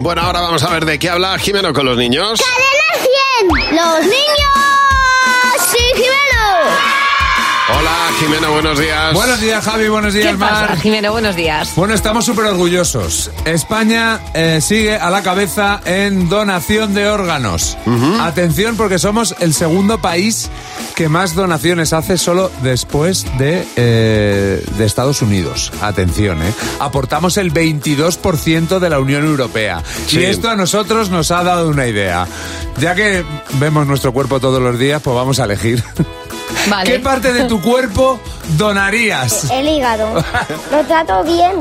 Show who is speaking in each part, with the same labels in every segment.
Speaker 1: Bueno, ahora vamos a ver de qué habla Jimeno con los niños.
Speaker 2: ¡Cadena 100! ¡Los niños! ¡Sí,
Speaker 1: Hola, Jimeno, buenos días.
Speaker 3: Buenos días, Javi. Buenos días,
Speaker 4: ¿Qué
Speaker 3: Mar.
Speaker 4: pasa, Jimeno? Buenos días.
Speaker 3: Bueno, estamos súper orgullosos. España eh, sigue a la cabeza en donación de órganos. Atención, porque somos el segundo país que más donaciones hace solo después de, eh, de Estados Unidos. Atención, ¿eh? Aportamos el 22% de la Unión Europea.
Speaker 1: Sí.
Speaker 3: Y esto a nosotros nos ha dado una idea. Ya que vemos nuestro cuerpo todos los días, pues vamos a elegir.
Speaker 4: Vale.
Speaker 3: ¿Qué parte de tu cuerpo donarías?
Speaker 2: El hígado. Lo trato bien,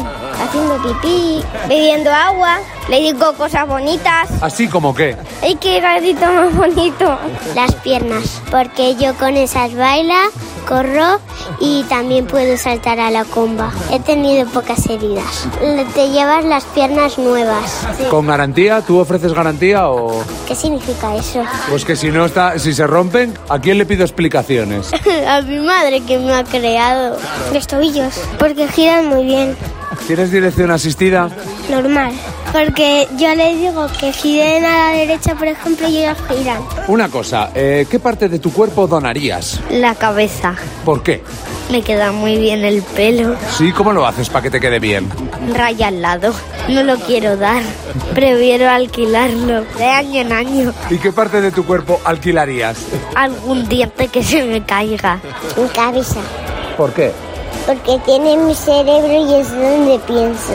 Speaker 2: haciendo pipí, bebiendo agua, le digo cosas bonitas.
Speaker 3: Así como que.
Speaker 2: ¡Ay, qué gatito más bonito! Las piernas, porque yo con esas baila, corro y también puedo saltar a la comba. He tenido pocas heridas. Te llevas las piernas nuevas.
Speaker 3: ¿Con garantía? ¿Tú ofreces garantía o...?
Speaker 2: ¿Qué significa eso?
Speaker 3: Pues que si no está, si se rompen, ¿a quién le pido explicaciones?
Speaker 2: A mi madre que me ha creado. Los tobillos, porque giran muy bien.
Speaker 3: ¿Tienes dirección asistida?
Speaker 2: Normal. Porque yo les digo que giren a la derecha, por ejemplo, y ellos giran.
Speaker 3: Una cosa, eh, ¿qué parte de tu cuerpo donarías?
Speaker 2: La cabeza.
Speaker 3: ¿Por qué?
Speaker 2: Me queda muy bien el pelo.
Speaker 3: Sí, ¿cómo lo haces para que te quede bien?
Speaker 2: Raya al lado. No lo quiero dar. Prefiero alquilarlo. De año en año.
Speaker 3: ¿Y qué parte de tu cuerpo alquilarías?
Speaker 2: Algún diente que se me caiga. Mi cabeza.
Speaker 3: ¿Por qué?
Speaker 2: Porque tiene mi cerebro y es donde pienso.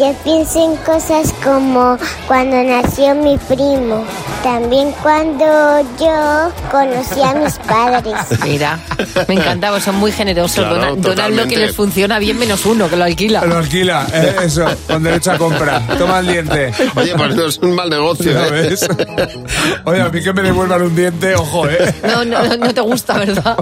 Speaker 2: Yo pienso en cosas como cuando nació mi primo, también cuando yo conocí a mis padres.
Speaker 4: Mira, me encantaba, son muy generosos.
Speaker 1: Claro,
Speaker 4: Dona- donan lo
Speaker 1: totalmente.
Speaker 4: que les funciona bien menos uno, que lo alquila.
Speaker 3: Lo alquila, eh, eso, con derecho a compra. Toma el diente.
Speaker 1: Oye, pues no es un mal negocio,
Speaker 3: ¿Lo
Speaker 1: ¿eh?
Speaker 3: ves? Oye, a mí que me devuelvan un diente, ojo, ¿eh?
Speaker 4: No, no, no te gusta, ¿verdad?